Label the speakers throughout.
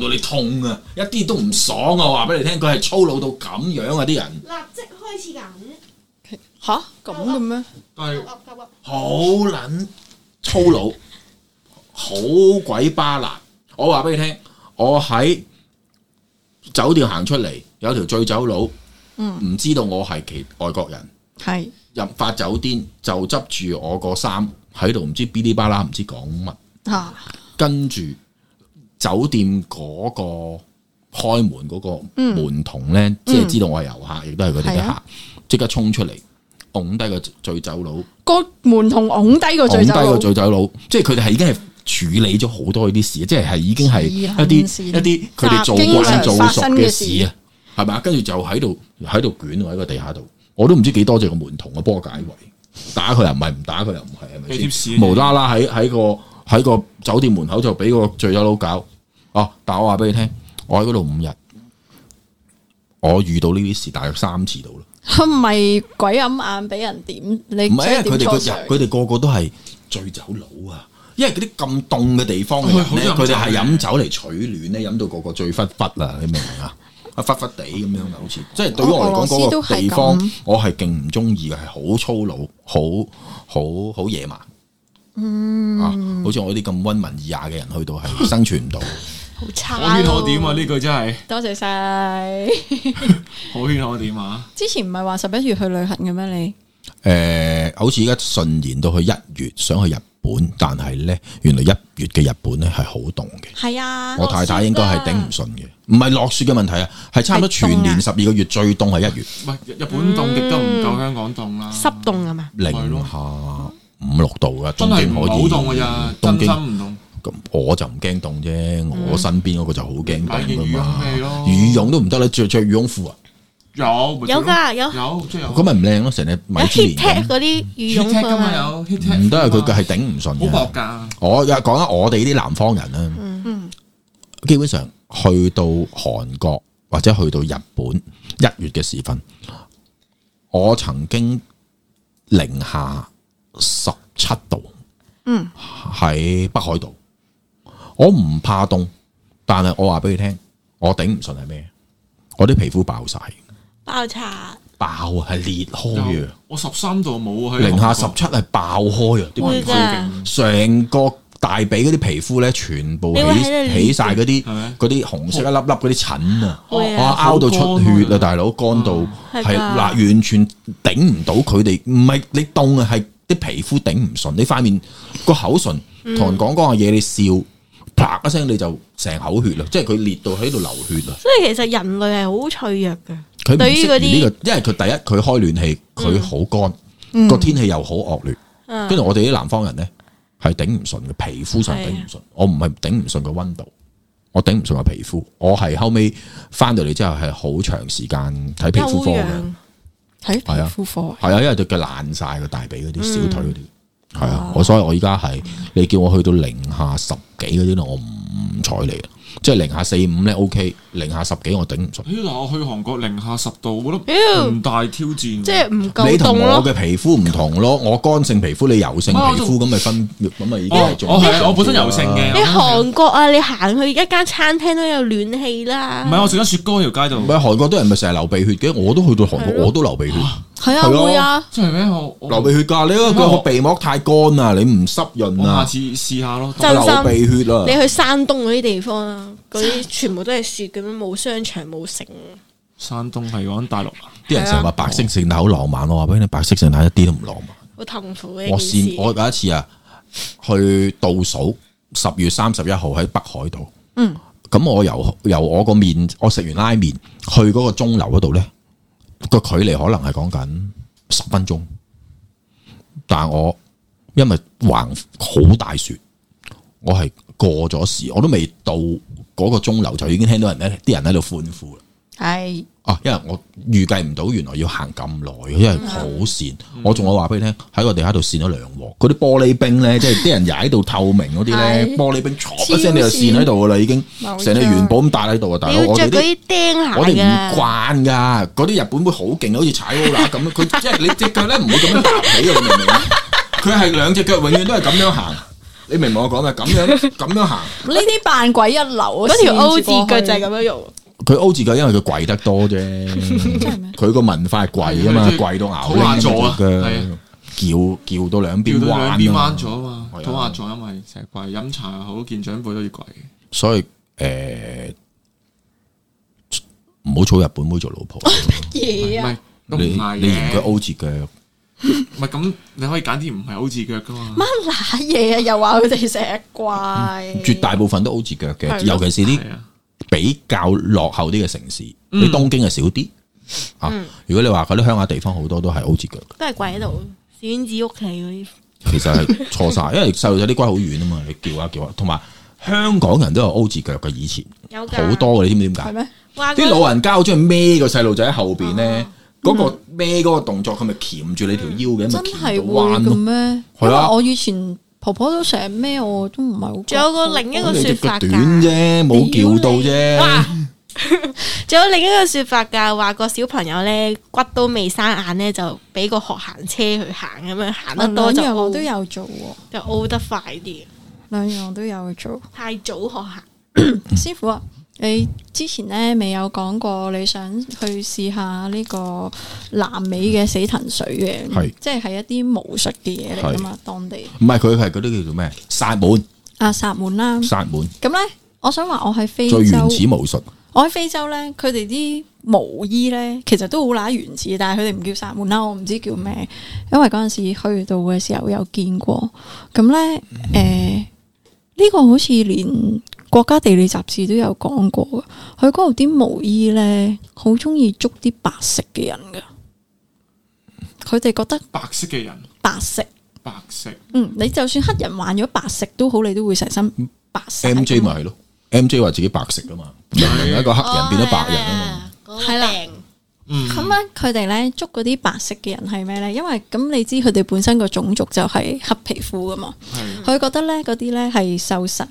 Speaker 1: 到你痛啊，一啲都唔爽啊！我話俾你聽，佢係粗魯到咁樣啊！啲人
Speaker 2: 立即開始揞，
Speaker 3: 吓咁嘅咩？
Speaker 2: 夠噏夠噏，
Speaker 1: 好撚粗魯，好鬼巴辣！我話俾你聽，我喺酒店行出嚟，有條醉酒佬，唔知道我係其外國人。
Speaker 3: 係
Speaker 1: 入發酒店就執住我個衫喺度，唔知哔哩吧啦，唔知講乜。
Speaker 3: 嚇
Speaker 1: 跟住酒店嗰個開門嗰個門童呢，即係知道我係遊客，亦都係佢哋
Speaker 3: 嗯係
Speaker 1: 嘅客
Speaker 3: 啊，
Speaker 1: 即刻衝出嚟，拱低個醉酒佬，
Speaker 3: 個門同拱低個
Speaker 1: 拱
Speaker 3: 醉
Speaker 1: 低
Speaker 3: 酒佬
Speaker 1: 個醉酒佬，即係佢哋係已經係處理咗好多呢啲事，即係係已經係一
Speaker 3: 黐撚
Speaker 1: 啲
Speaker 3: 線
Speaker 1: 一啲佢哋做
Speaker 3: 經
Speaker 1: 慣
Speaker 3: 常
Speaker 1: 做
Speaker 3: 發
Speaker 1: 熟
Speaker 3: 生
Speaker 1: 嘅
Speaker 3: 嘅
Speaker 1: 事啊，係咪啊？跟住就喺度喺度捲喎喺個地下度，我都唔知幾多謝個門童啊，幫我解圍，打佢又唔係，唔打佢又唔係，係咪
Speaker 4: 俾
Speaker 1: 先
Speaker 4: 貼士啊
Speaker 1: 無啦啦喺喺個喺個酒店門口就俾個醉酒佬搞。哦、但我話俾你聽，我喺嗰度五日，我遇到呢啲事大約三次到啦。
Speaker 3: 係咪鬼揞眼俾人點？你
Speaker 1: 唔係，因為佢哋個
Speaker 3: 個
Speaker 1: 日，佢哋個個都係醉酒佬啊。因為嗰啲咁凍嘅地方嘅
Speaker 4: 佢
Speaker 1: 人
Speaker 4: 好多
Speaker 1: 咧，
Speaker 4: 人
Speaker 1: 佢哋係
Speaker 4: 飲
Speaker 1: 哦飲酒嚟取暖咧，飲到個個醉忽忽啊！你明唔 明啊？啊忽忽地咁樣嘅，好似即係對於我嚟講，
Speaker 3: 俄羅斯都
Speaker 1: 嗰個
Speaker 3: 係
Speaker 1: 地
Speaker 3: 咁
Speaker 1: 方我係勁唔中意嘅，係好粗魯，好好好野蠻。嗯，啊，好似我啲咁温文爾雅嘅人去到係生存唔到。
Speaker 3: 好差咯
Speaker 4: 可圈可點啊！呢句真係
Speaker 3: 多謝 晒。
Speaker 4: 可圈可點啊！
Speaker 3: 之前唔係話十一月去旅行嘅咩？你
Speaker 1: 誒，好似而家順延到去一月，想去日本，但係咧，原來一月嘅日本咧係好凍嘅。
Speaker 3: 係啊
Speaker 1: 我太太應該係頂唔順嘅，唔係落雪嘅問題啊，係差唔多全年
Speaker 3: 係凍啊
Speaker 1: 十二個月最凍係一月，
Speaker 4: 喂，日日本凍極都唔夠香港凍
Speaker 2: 嗯
Speaker 4: 啦，
Speaker 3: 濕凍啊嘛，
Speaker 1: 零
Speaker 4: 係咯
Speaker 1: 下五六度啊噶，
Speaker 4: 真
Speaker 1: 仲
Speaker 4: 係
Speaker 1: 正
Speaker 4: 唔
Speaker 1: 可
Speaker 4: 係好
Speaker 1: 以。
Speaker 4: 凍㗎咋，
Speaker 1: 東
Speaker 4: 真
Speaker 1: 京
Speaker 4: 心唔凍。
Speaker 1: 咁我就唔驚凍啫，我身邊嗰個就好驚
Speaker 4: 買
Speaker 1: 凍
Speaker 4: 件
Speaker 1: 噶
Speaker 4: 羽絨
Speaker 1: 嘛
Speaker 4: 咩咯，
Speaker 1: 羽絨都唔得啦，着着羽絨褲啊，
Speaker 4: 有咪
Speaker 2: 有㗎有
Speaker 4: 有即係有
Speaker 1: 咁咪唔靚咯，成日
Speaker 2: 有
Speaker 1: 米芝 蓮
Speaker 2: heat tech
Speaker 1: 咁
Speaker 2: 嗰啲羽
Speaker 4: heat
Speaker 2: 絨
Speaker 4: tech
Speaker 2: 㗎
Speaker 4: 㗎嘛
Speaker 2: 嘛，
Speaker 4: 有 heat tech
Speaker 1: 唔得啊，佢
Speaker 4: 㗎
Speaker 1: 佢
Speaker 4: 嘛
Speaker 1: 係頂唔順
Speaker 4: 好
Speaker 1: 嘅。
Speaker 4: 薄㗎。
Speaker 1: 我又講緊我哋呢啲南方人啦，基本上去到韓國或者去到日本一月嘅時分，我曾經零下十七度，
Speaker 3: 嗯，
Speaker 1: 喺北海道，我唔怕凍，但係我話俾你聽，我頂唔順係咩？我啲皮膚爆晒，
Speaker 2: 爆擦，
Speaker 1: 爆啊，係裂開啊，
Speaker 4: 我十三度冇啊喺
Speaker 1: 零下十
Speaker 4: 韓國
Speaker 1: 七係爆開啊，啲
Speaker 2: 會
Speaker 1: 皮膚。
Speaker 2: 㗎，
Speaker 1: 成個大髀嗰啲皮膚咧，全部
Speaker 2: 你會
Speaker 1: 起
Speaker 2: 喺度
Speaker 1: 起晒嗰啲
Speaker 4: 係咪
Speaker 1: 嗰啲紅色一粒粒嗰啲疹啊，
Speaker 2: 會
Speaker 1: 哇
Speaker 2: 啊，
Speaker 1: 拗到出血
Speaker 4: 乾
Speaker 1: 啊，
Speaker 4: 啊
Speaker 1: 大佬乾到
Speaker 2: 係㗎
Speaker 1: 係嗱，完全頂唔到佢哋，唔係你凍啊，係啲皮膚頂唔順，你塊面個口唇
Speaker 2: 嗯
Speaker 1: 同人講講下嘢，你笑。啪一聲你就成口血啦，即係佢裂到喺度流血啊！
Speaker 2: 所以其實人類係好脆弱㗎，
Speaker 1: 佢唔
Speaker 2: 對於
Speaker 1: 適
Speaker 2: 嗰
Speaker 1: 宜呢
Speaker 2: 啲
Speaker 1: 個，因為佢第一佢開暖氣，佢好乾，個天氣又好惡劣。跟
Speaker 2: 嗯
Speaker 1: 住我哋啲南方人咧係頂唔順嘅，皮膚上頂唔順。我唔係頂唔順個温度，我頂唔順個皮膚。我係後尾翻到嚟之後係好長時間睇皮膚科
Speaker 2: 休
Speaker 1: 嘅，
Speaker 2: 養
Speaker 3: 睇皮
Speaker 1: 係啊
Speaker 3: 膚科
Speaker 1: 係啊，因為對腳爛晒個大髀嗰
Speaker 2: 嗯
Speaker 1: 啲、小腿嗰啲，
Speaker 2: 哦
Speaker 1: 係啊。我所以我依家係你叫我去到零下十幾嗰啲咧，我唔睬你啊。即係零下四五咧 OK，零下十幾我頂唔順。
Speaker 4: 咦哎嗱，我去韓國零下十度，我覺
Speaker 2: 妖
Speaker 4: 得唔大挑戰。即
Speaker 2: 即係唔夠
Speaker 1: 你同
Speaker 2: 凍
Speaker 1: 我
Speaker 2: 咯。
Speaker 1: 嘅皮膚唔同咯，我乾性皮膚，你油性皮
Speaker 4: 哦唔係我
Speaker 1: 膚咁咪分咁咪已經
Speaker 4: 哦
Speaker 1: 係，
Speaker 4: 我係我本身油性
Speaker 2: 你
Speaker 4: 嘅，
Speaker 2: 韓國啊，你行去一間餐廳都有暖氣啦。
Speaker 4: 唔係我食咗雪糕喺條街
Speaker 1: 唔
Speaker 4: 度
Speaker 1: 係，韓國啲人咪成日流鼻血嘅，我都去到韓
Speaker 2: 係
Speaker 1: 國
Speaker 2: 咯
Speaker 1: 我都流鼻血，
Speaker 3: 係啊
Speaker 1: 係咯
Speaker 3: 會啊，
Speaker 4: 即係咩？我我
Speaker 1: 流鼻血㗎。你嗰個
Speaker 4: 我
Speaker 1: 鼻膜太乾啦，你唔濕
Speaker 4: 我
Speaker 1: 潤
Speaker 4: 下
Speaker 1: 啊，
Speaker 4: 次試下咯。
Speaker 2: 真心
Speaker 1: 流鼻血啊啦
Speaker 2: 你。去山東嗰啲地方啊，嗰啲全部都係雪咁樣，冇商場冇城。
Speaker 4: 山東係講大陸，啊
Speaker 1: 啲人成日話白
Speaker 2: 啊
Speaker 1: 色聖誕好浪漫，我話俾你聽，白色聖誕一啲都唔浪漫。
Speaker 2: 好痛苦嘅一
Speaker 1: 我
Speaker 2: 件
Speaker 1: 試
Speaker 2: 事。
Speaker 1: 我有一次啊，去倒數十月三十一號喺北海道，
Speaker 3: 嗯，
Speaker 1: 咁我由由我個面，我食完拉麵去嗰個鐘樓嗰度咧，個距離可能係講緊十分鐘，但係我因為橫好大雪，我係過咗時，我都未到嗰個鐘樓就已經聽到人咧，啲人喺度歡呼啦。
Speaker 3: 係
Speaker 1: 啊，因為我預計唔到原來要行咁耐，因為
Speaker 2: 嗯
Speaker 1: 好跣。我仲我話俾你聽，喺個地下度跣咗兩鑊，嗰啲玻璃冰 咧，即係啲人踩到透明嗰啲咧，
Speaker 3: 係
Speaker 1: 玻璃冰唰一聲你就跣喺度噶啦，已經
Speaker 3: 冇錯
Speaker 1: 成隻元寶咁戴喺度啊！大
Speaker 2: 你
Speaker 1: 佬，
Speaker 2: 要
Speaker 1: 我
Speaker 2: 着
Speaker 1: 哋
Speaker 2: 嗰
Speaker 1: 啲
Speaker 2: 啲釘
Speaker 1: 我哋
Speaker 2: 鞋
Speaker 1: 唔
Speaker 3: 啊
Speaker 2: 噶，
Speaker 1: 慣噶，嗰啲日本妹好勁，好似踩好啦咁，佢 即係你只腳咧唔會咁樣搭起啊！你明唔明啊？佢係兩隻腳永遠都係咁樣行，你明唔明我講咩？咁樣咁樣行，
Speaker 3: 呢啲扮鬼一流啊！
Speaker 2: 嗰條 O 字
Speaker 3: 腳
Speaker 2: 腳就係咁樣用，
Speaker 1: 佢 O 字腳，因為佢跪得多啫。
Speaker 3: 真係咩？
Speaker 1: 佢個文化係跪啊嘛
Speaker 4: 係，佢
Speaker 1: 跪到
Speaker 4: 好
Speaker 1: 咬
Speaker 4: 難
Speaker 1: 拎
Speaker 4: 做啊
Speaker 1: 住
Speaker 4: 係啊
Speaker 1: 腳，叫叫到兩
Speaker 4: 掉
Speaker 1: 邊
Speaker 4: 到兩邊
Speaker 1: 彎啊
Speaker 4: 彎咗啊嘛，
Speaker 1: 係啊
Speaker 4: 土下座因為成日跪，飲茶又好，見長輩都要跪嘅。
Speaker 1: 所以诶，唔好娶日本妹做老婆。
Speaker 2: 嘢
Speaker 4: 唔
Speaker 2: 啊！
Speaker 4: 係都唔
Speaker 1: 你
Speaker 4: 係
Speaker 1: 你嫌佢
Speaker 4: 嘅，
Speaker 1: O 字腳，
Speaker 4: 唔係咁你可以揀啲唔係 O 字腳噶嘛。
Speaker 3: 乜乸嘢啊？又話佢哋成日怪，
Speaker 1: 絕大部分都 O 字腳嘅，
Speaker 3: 係咯
Speaker 1: 尤其是啲
Speaker 4: 係啊，嗯
Speaker 1: 比較落後啲嘅城市，你東京係少啲啊。
Speaker 3: 嗯
Speaker 1: 如果你話嗰啲鄉下地方好多都係 O 字腳嘅，
Speaker 2: 都係跪喺度，小子屋企嗰啲
Speaker 1: 其實係錯 晒，因為細路仔啲龜好遠啊嘛，你叫下叫下，同埋香港人都有 O 字腳嘅，以前
Speaker 2: 有㗎
Speaker 1: 好多嘅，你知唔知點
Speaker 3: 係
Speaker 1: 解？
Speaker 3: 咩？
Speaker 2: 哇
Speaker 1: 啲
Speaker 2: 嗰
Speaker 1: 老人家好中意孭個細路仔喺後邊咧，
Speaker 3: 啊
Speaker 1: 嗰個孭嗰個動作，佢咪鉗住你條腰嘅，
Speaker 3: 真
Speaker 1: 咪
Speaker 3: 係
Speaker 1: 鉗到
Speaker 3: 會
Speaker 1: 彎
Speaker 3: 嘅
Speaker 1: 咯。
Speaker 3: 咩？
Speaker 1: 係
Speaker 3: 因
Speaker 1: 啊
Speaker 3: 為我以前婆婆都成日孭我，都唔係好覺。
Speaker 2: 仲有個另一個
Speaker 1: 你
Speaker 2: 說
Speaker 1: 隻腳
Speaker 2: 法
Speaker 1: 短
Speaker 2: 㗎。
Speaker 1: 啫，冇叫到啫
Speaker 2: 哇。仲有另一個说法㗎，話個小朋友咧骨都未生硬咧，就俾個學行車去行咁樣，行得多就
Speaker 3: 兩樣我
Speaker 2: O，
Speaker 3: 都有做喎，
Speaker 2: 就 O 得快啲，
Speaker 3: 兩樣我都有做。
Speaker 2: 太早學行。
Speaker 1: 嗯
Speaker 3: 師傅啊，你之前咧未有講過你想去試下呢個南美嘅死藤水嘅，
Speaker 1: 係
Speaker 3: 即係係一啲巫術嘅嘢嚟噶嘛，當地
Speaker 1: 唔係佢係嗰啲叫做咩？殺滿
Speaker 3: 阿薩滿啦。
Speaker 1: 殺滿
Speaker 3: 咁咧，我想話我喺嗯非
Speaker 1: 最
Speaker 3: 洲
Speaker 1: 原，始巫術，
Speaker 3: 我喺非洲咧，佢哋啲巫醫咧，其實都好乸原始，但係佢哋唔叫薩滿啦，我唔知叫咩，因為嗰陣時去到嘅時候有見過。咁咧，誒、
Speaker 1: 嗯
Speaker 3: 呢、個好似連國家地理雜誌都有講過嘅，佢嗰度啲巫醫咧，好中意捉啲白色嘅人㗎。佢哋覺得
Speaker 4: 白色嘅人，
Speaker 3: 白色，
Speaker 4: 白色
Speaker 3: 嗯，你就算黑人患咗白色都好，你都會成身白色。
Speaker 1: M J 咪係咯，M J 話自己白色啊嘛，明明一個黑
Speaker 3: 哦
Speaker 1: 人變咗白人啊
Speaker 2: 嘛
Speaker 3: 係啦
Speaker 4: 嗯
Speaker 3: 咁咧，佢哋咧捉嗰啲白色嘅人係咩咧？因為咁你知佢哋本身個種族就係黑皮膚噶嘛，
Speaker 4: 係
Speaker 3: 佢覺得咧嗰啲咧係受神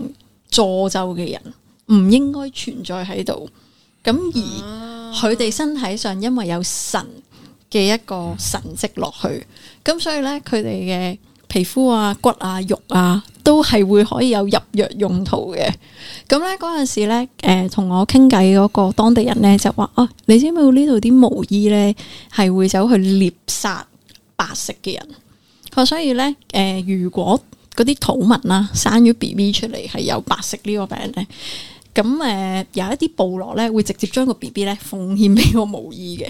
Speaker 3: 助咒嘅人，唔應該存在喺度。咁而佢哋身體上因為有神嘅一個神跡落去，咁所以咧佢哋嘅皮膚啊、骨啊、肉啊，都係會可以有入藥用途嘅。咁咧嗰陣時咧，誒、同我傾偈嗰個當地人咧就話：哦、你知唔知呢度啲巫醫咧係會走去獵殺白色嘅人？佢話所以咧，誒、如果嗰啲土民啦生咗 B B 出嚟係有白色呢個病咧，咁誒、有一啲部落咧會直接將個 B B 咧奉獻俾個巫醫嘅。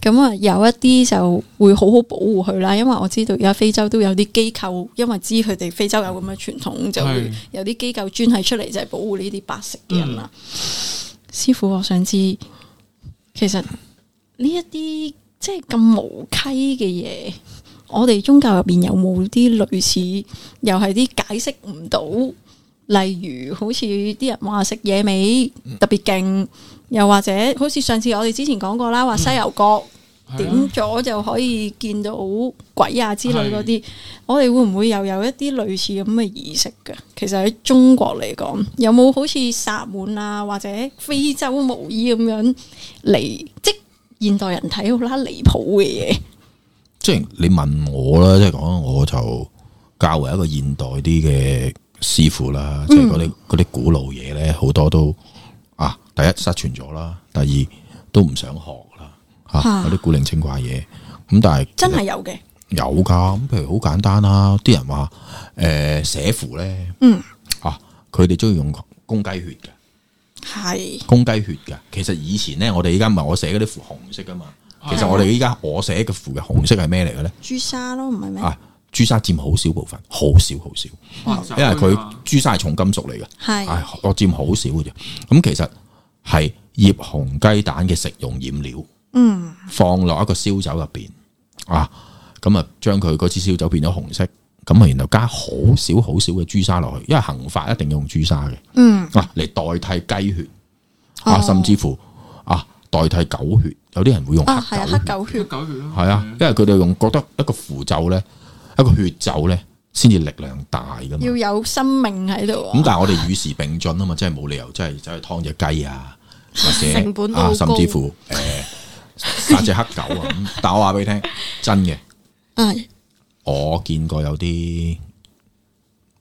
Speaker 3: 咁啊，有一啲就會好好保護佢啦，因為我知道而家非洲都有啲機構，因為知佢哋非洲有咁嘅傳統，就會
Speaker 4: 係
Speaker 3: 有啲機構專係出嚟就係保護呢啲白色嘅人啦。師傅，我想知，其實呢一啲即係咁無稽嘅嘢，我哋宗教入邊有冇啲類似，又係啲解釋唔到，例如好似啲人話食野味特別勁，又或者好似上次我哋之前講過啦，話犀牛角。
Speaker 4: 係
Speaker 3: 點
Speaker 4: 啊
Speaker 3: 咗就可以見到鬼啊之類嗰啲，我哋會唔會又有一啲類似咁嘅儀式嘅？其實喺中國嚟講，有冇好似薩滿啊或者非洲巫醫咁樣嚟，即現代人睇好啦離譜嘅嘢，
Speaker 1: 嘛。即係你問我啦，即係講我就較為一個現代啲嘅師傅啦，即
Speaker 3: 嗯
Speaker 1: 係嗰啲嗰啲古老嘢咧，好多都啊，第一失傳咗啦，第二都唔想學啦，吓
Speaker 3: 啊
Speaker 1: 嗰啲古靈精怪嘢。咁但係
Speaker 3: 真係有嘅。
Speaker 1: 有噶，咁譬如好簡單啦，啲人話誒寫符咧，
Speaker 3: 嗯，
Speaker 1: 啊，佢哋中意用公雞血嘅，
Speaker 3: 係
Speaker 1: 公雞血嘅。其實以前咧，我哋依家唔係我寫嗰啲符紅色噶嘛，其實我哋依家我寫嘅符嘅紅色係咩嚟嘅咧？
Speaker 3: 朱砂咯，唔係咩？
Speaker 1: 啊，朱砂佔好少部分，好少好少，
Speaker 4: 哇
Speaker 1: 因為
Speaker 4: 雜居
Speaker 1: 佢
Speaker 4: 嘛
Speaker 1: 朱砂係重金屬嚟嘅，
Speaker 3: 係
Speaker 1: 唉，我佔好少嘅啫。咁其實係醃紅雞蛋嘅食用染料。
Speaker 3: 嗯
Speaker 1: 放落一個燒酒入邊啊，咁啊將佢嗰支燒酒變咗紅色，咁啊然後加好少好少嘅朱砂落去，因為行法一定要用朱砂嘅
Speaker 3: 嗯，
Speaker 1: 啊嚟代替雞血啊，
Speaker 3: 哦
Speaker 1: 甚至乎啊代替狗血，有啲人會用
Speaker 3: 啊係
Speaker 1: 黑狗血
Speaker 3: 啊黑，狗
Speaker 4: 一
Speaker 3: 血
Speaker 4: 狗血咯，
Speaker 1: 係啊，
Speaker 2: 嗯
Speaker 1: 因為佢哋用覺得一個符咒咧，一個血咒咧先至力量大噶嘛。
Speaker 3: 要有生命喺度
Speaker 1: 咁
Speaker 3: 啊，
Speaker 1: 但係我哋與時並進啊嘛，即係冇理由真係走去劏只雞啊，或者
Speaker 2: 成本都
Speaker 1: 啊，
Speaker 2: 好
Speaker 1: 甚
Speaker 2: 高
Speaker 1: 至乎诶殺只黑狗啊。 咁但我話俾你
Speaker 3: 啊
Speaker 1: 聽，真嘅，
Speaker 3: 係
Speaker 1: 我見過有啲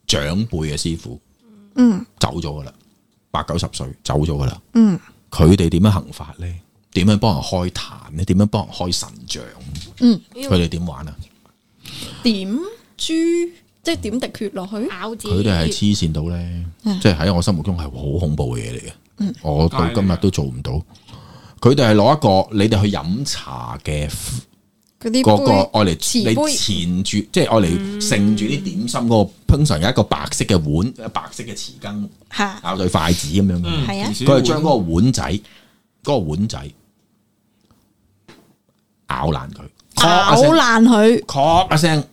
Speaker 1: 長輩嘅師傅
Speaker 3: 嗯
Speaker 1: 走咗噶啦，八九十歲走咗噶啦，
Speaker 3: 嗯
Speaker 1: 佢哋點樣行法咧？點樣幫人開壇咧？點樣幫人開神像？
Speaker 3: 嗯，
Speaker 1: 佢哋點玩啊？
Speaker 3: 點珠即係點滴血落去，
Speaker 2: 咬字，
Speaker 1: 佢哋係黐線到咧，
Speaker 3: 嗯
Speaker 1: 即係喺我心目中係好恐怖嘅嘢嚟嘅。我到今日都做唔到。佢哋係攞一個你哋去飲茶嘅
Speaker 3: 嗰啲
Speaker 1: 嗰個
Speaker 3: 杯
Speaker 1: 愛嚟
Speaker 3: 瓷
Speaker 1: 你
Speaker 3: 杯嗯
Speaker 1: 纏住，即係愛嚟盛住啲點心嗰個，通常有一個白色嘅碗、白色嘅匙羹，
Speaker 3: 吓
Speaker 1: 咬對筷子咁樣嘅。
Speaker 4: 嗯
Speaker 3: 係啊
Speaker 4: 平時
Speaker 1: 佢係將嗰個碗仔，嗰、個碗仔咬爛佢，
Speaker 3: 咬
Speaker 1: 咔一聲，
Speaker 3: 爛佢，
Speaker 1: 咔一聲，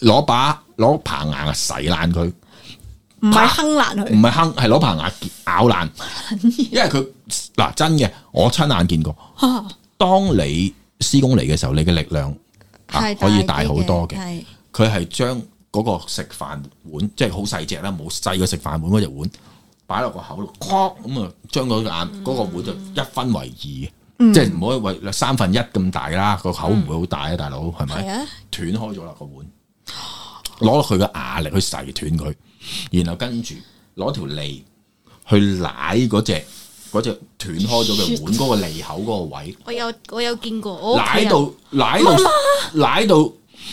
Speaker 1: 攞把攞棚牙洗爛佢，唔
Speaker 3: 唔係坑爛佢。
Speaker 1: 係坑，係攞棚牙咬爛，因為佢嗱真嘅，我親眼見過。當你施工嚟嘅時候，你嘅力量啊
Speaker 3: 係
Speaker 1: 可以大好多嘅。
Speaker 3: 係
Speaker 1: 佢係將嗰個食飯碗，即係好細只啦，冇細個食飯碗嗰只碗，擺落個口度，哐咁啊，將嗰個眼
Speaker 3: 嗯
Speaker 1: 嗰、個碗就一分為二嘅，即係唔可以為三分一咁大啦，個口唔會好大啊，大佬係咪
Speaker 3: 係？啊，
Speaker 1: 斷開咗啦個碗，攞落佢嘅牙力去噬斷佢，然後跟住攞條脷去舐嗰只嗰只斷開咗嘅碗嗰個脷口嗰個位。
Speaker 2: 我有我有見過，我屋企
Speaker 1: 奶
Speaker 2: 人
Speaker 1: 到奶到奶到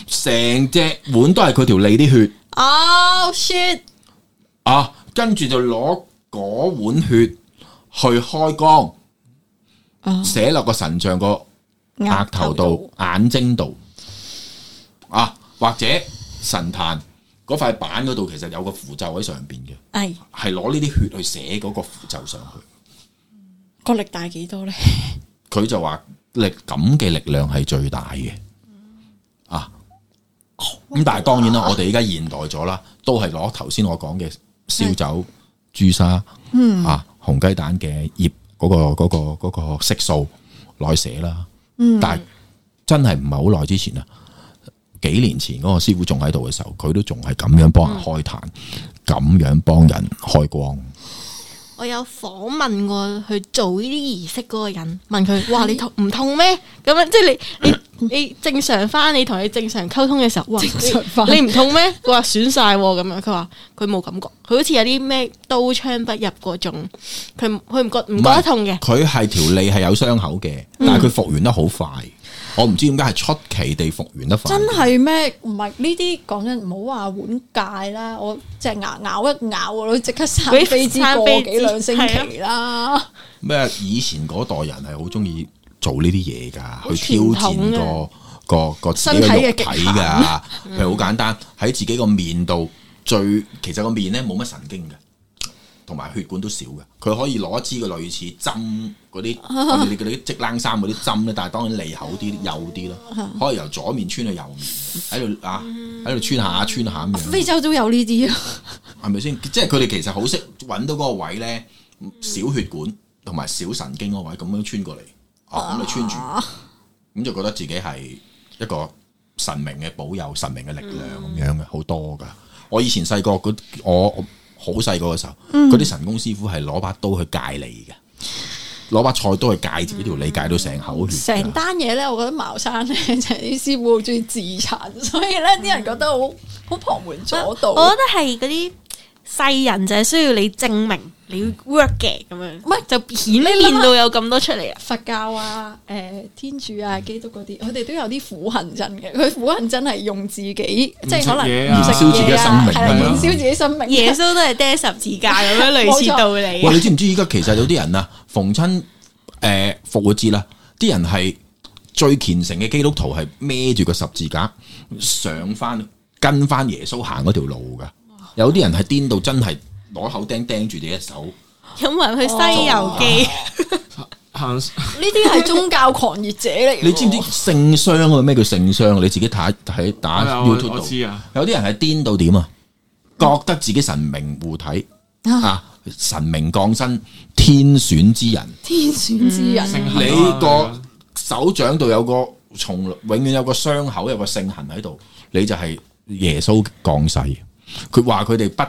Speaker 1: 成隻碗都係佢條脷啲血
Speaker 2: Oh,
Speaker 3: 哦 shit，
Speaker 1: 啊！跟住就攞嗰碗血去開光，
Speaker 3: 啊
Speaker 1: 寫落個神像個額頭度、眼睛度啊，或者神壇嗰塊板嗰度，其實有個符咒喺上邊嘅，
Speaker 3: 係
Speaker 1: 係攞呢啲血去寫嗰個符咒上去。
Speaker 3: 個力大幾 多咧？
Speaker 1: 佢就話力咁嘅力量係最大嘅啊！咁但係當然啦，我哋而家現代咗啦，都係攞頭先我講嘅燒酒、朱砂、啊紅雞蛋嘅葉嗰、個嗰、個嗰、個色素來寫啦。但係真係唔係好耐之前啦，幾年前嗰個師傅仲喺度嘅時候，佢都仲係咁樣幫人開壇，咁樣幫人開光。
Speaker 2: 我有訪問過去做呢啲儀式嗰個人，問佢：，哇，你痛唔痛咩？咁樣即係你你 你正常翻，你同佢正常溝通嘅時候，哇，
Speaker 3: 常返
Speaker 2: 你你唔痛咩？佢話損晒喎咁樣，佢話佢冇感覺，佢好似有啲咩刀槍不入嗰種，佢唔佢唔覺唔覺得痛嘅。
Speaker 1: 佢係條脷係有傷口嘅，但係佢復原得好快。我唔知點解係出奇地復原得快。
Speaker 3: 真係咩？唔係呢啲講真，唔好話碗戒啦，我隻牙咬一咬，我都即刻生
Speaker 2: 俾
Speaker 3: 飛枝
Speaker 2: 生
Speaker 3: 過
Speaker 2: 飛枝
Speaker 3: 幾兩星期
Speaker 2: 啊
Speaker 3: 啦。
Speaker 1: 咩？以前嗰代人係好中意做呢啲嘢㗎，去挑
Speaker 2: 傳
Speaker 1: 戰
Speaker 2: 統
Speaker 1: 個個個自己
Speaker 3: 身體
Speaker 1: 嘅
Speaker 3: 嘅
Speaker 1: 肉體
Speaker 3: 極限
Speaker 1: 㗎。 譬如好簡單，喺自己個面度最其實個面咧冇乜神經嘅，同埋血管都少嘅。佢可以攞一支嘅類似針嗰 啲，
Speaker 3: 啊
Speaker 1: 我哋嗰啲織冷衫嗰啲針咧，但係當然利口啲、幼啲 咯，可以由左面穿去右面，喺度啊喺度穿下穿下咁樣。
Speaker 3: 非洲都有呢啲啊，
Speaker 1: 係咪先？即係佢哋其實好識揾到嗰個位咧，小血管同埋小神經嗰個位咁樣穿過嚟，啊咁就穿住，咁就覺得自己係一個神明嘅保佑、神明嘅力量咁樣嘅，好多噶。我以前細個嗰我我好細個嘅時候，嗰啲神功師傅係攞把刀去戒你嘅，攞把菜刀去戒自己條脷，戒到成口血㗎。
Speaker 3: 成單嘢咧，我覺得茅山咧 就係啲師傅好中意自殘，所以咧啲人覺得好好旁門左道。
Speaker 2: 嗯我覺得係嗰啲世人就係需要你證明你要 work 嘅咁樣，
Speaker 3: 唔係
Speaker 2: 就顯現到有咁多出嚟啊！
Speaker 3: 佛教啊、誒、天主啊、基督嗰啲，佢哋都有啲苦行僧嘅。佢苦行僧係用自己，即係可能
Speaker 4: 唔食嘢啊
Speaker 1: 燃燒自己嘅生命
Speaker 3: 唔食嘢啊係啦
Speaker 4: 咁樣
Speaker 3: 燃燒自己生命。
Speaker 2: 耶穌都係釘十字架咁樣類似
Speaker 3: 冇錯
Speaker 2: 道理
Speaker 1: 喂，。你知唔知依家其實有啲人啊，逢親誒復活節啦，啲人係最虔誠嘅基督徒係孭住個十字架上翻跟翻耶穌行嗰條路噶，有啲人係癲到真係攞口釘釘住自己手，
Speaker 2: 有冇人去《西遊記》
Speaker 4: 行
Speaker 3: 呢啲係宗教狂熱者嚟嘅喎。
Speaker 1: 你知唔知聖傷啊？咩叫聖傷？你自己睇睇打
Speaker 4: 哦係啊我
Speaker 1: YouTube
Speaker 4: 我
Speaker 1: 度，
Speaker 4: 知啊
Speaker 1: 有啲人係癲到點啊？覺得自己神明護體啊，神明降身，天選之人。
Speaker 3: 天選之人？
Speaker 4: 聖痕
Speaker 1: 你
Speaker 4: 啊
Speaker 1: 個手掌度有個從永遠有個傷口，有個聖痕喺度，你就係耶穌降世。佢話佢哋不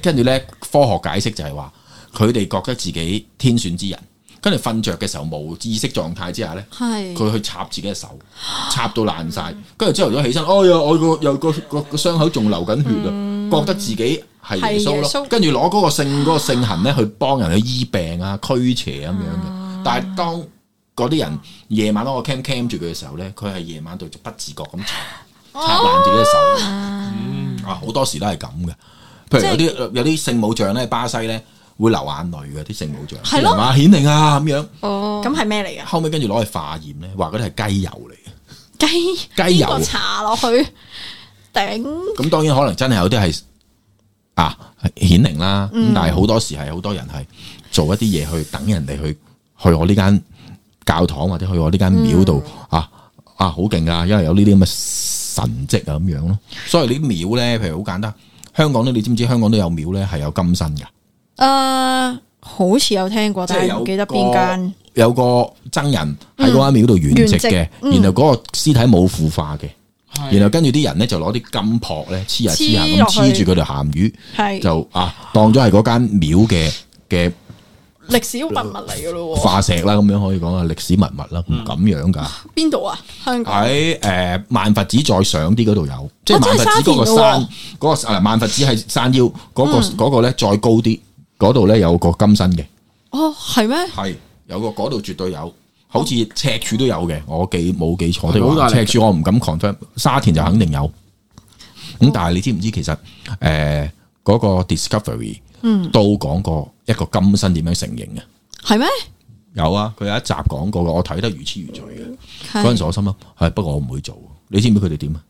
Speaker 1: 跟住咧，科學解釋就係話佢哋覺得自己天選之人，跟住瞓着嘅時候冇意識狀態之下咧，
Speaker 3: 係
Speaker 1: 佢去插自己嘅手，插到爛晒，跟住朝頭早起身，哦呀，我個有個個個傷口仲流緊血啊！覺得自己係耶穌
Speaker 3: 係耶
Speaker 1: 咯
Speaker 3: 穌，
Speaker 1: 跟住攞嗰個性嗰個性行咧去幫人去醫病啊、驅邪咁樣嘅。但係當嗰啲人夜晚攞個 cam cam 住佢嘅時候咧，佢係夜晚度就不自覺咁擦擦爛自己嘅手啊，好多時都係咁嘅。譬如有啲有啲聖母像咧，巴西咧會流眼淚嘅啲聖母像，
Speaker 3: 係咯
Speaker 1: 馬顯靈啊咁樣。
Speaker 2: 哦，
Speaker 3: 咁係咩嚟
Speaker 1: 後尾跟住攞去化驗咧，話嗰啲係雞油嚟嘅。
Speaker 3: 噶？雞
Speaker 1: 雞油
Speaker 3: 邊個搽落去頂
Speaker 1: 咁當然可能真係有啲係啊顯靈啦，
Speaker 3: 嗯
Speaker 1: 咁、但係好多時係好多人係做一啲嘢去等人哋去去我呢間教堂或者去我呢間廟度、
Speaker 3: 嗯
Speaker 1: 啊啊好勁噶，因為有呢啲咁嘅神蹟啊咁樣咯。所以呢啲廟咧，譬如好簡單，香港咧，你知唔知香港都有廟咧係有金身噶？
Speaker 3: 誒，呃好似有聽過，
Speaker 1: 即
Speaker 3: 但
Speaker 1: 係
Speaker 3: 係
Speaker 1: 有
Speaker 3: 唔記得邊間。
Speaker 1: 有個僧人喺嗰間廟度圓寂嘅，
Speaker 3: 嗯圓寂嗯
Speaker 1: 然後嗰個屍體冇腐化嘅，
Speaker 4: 係
Speaker 1: 然後跟住啲人咧就攞啲金箔咧黐下黐下
Speaker 3: 黐落
Speaker 1: 咁
Speaker 3: 去
Speaker 1: 黐住佢條鹹魚。
Speaker 3: 係
Speaker 1: 就啊當咗係嗰間廟嘅嘅
Speaker 3: 歷史文物嚟噶咯喎，
Speaker 1: 化石啦，咁樣可以講啊歷史文物啦，
Speaker 3: 嗯
Speaker 1: 咁樣 噶
Speaker 3: 邊度啊？香港
Speaker 1: 喺誒萬佛寺再上啲嗰度有，即
Speaker 3: 哦
Speaker 1: 係萬佛寺嗰個
Speaker 3: 真係山
Speaker 1: 山嗰個啊萬佛寺係山腰嗰個
Speaker 3: 嗯
Speaker 1: 嗰個咧再高啲，嗰度咧有個金身嘅，
Speaker 3: 哦，係咩？
Speaker 1: 係有個嗰度絕對有。好似赤柱都有嘅，我記冇記錯都
Speaker 4: 好
Speaker 1: 話
Speaker 4: 大力嘅
Speaker 1: 赤柱我唔敢 confirm，沙田就肯定有。咁但係你知唔知其實誒嗰、呃個 Discovery
Speaker 4: 嗯
Speaker 1: 都講過一個金身點樣成形嘅？
Speaker 3: 係咩？
Speaker 1: 有啊，佢有一集講過嘅，我睇得如痴如醉嘅。嗰陣
Speaker 3: 係
Speaker 1: 時我心諗，係不過我唔會做。你知唔知佢哋點啊？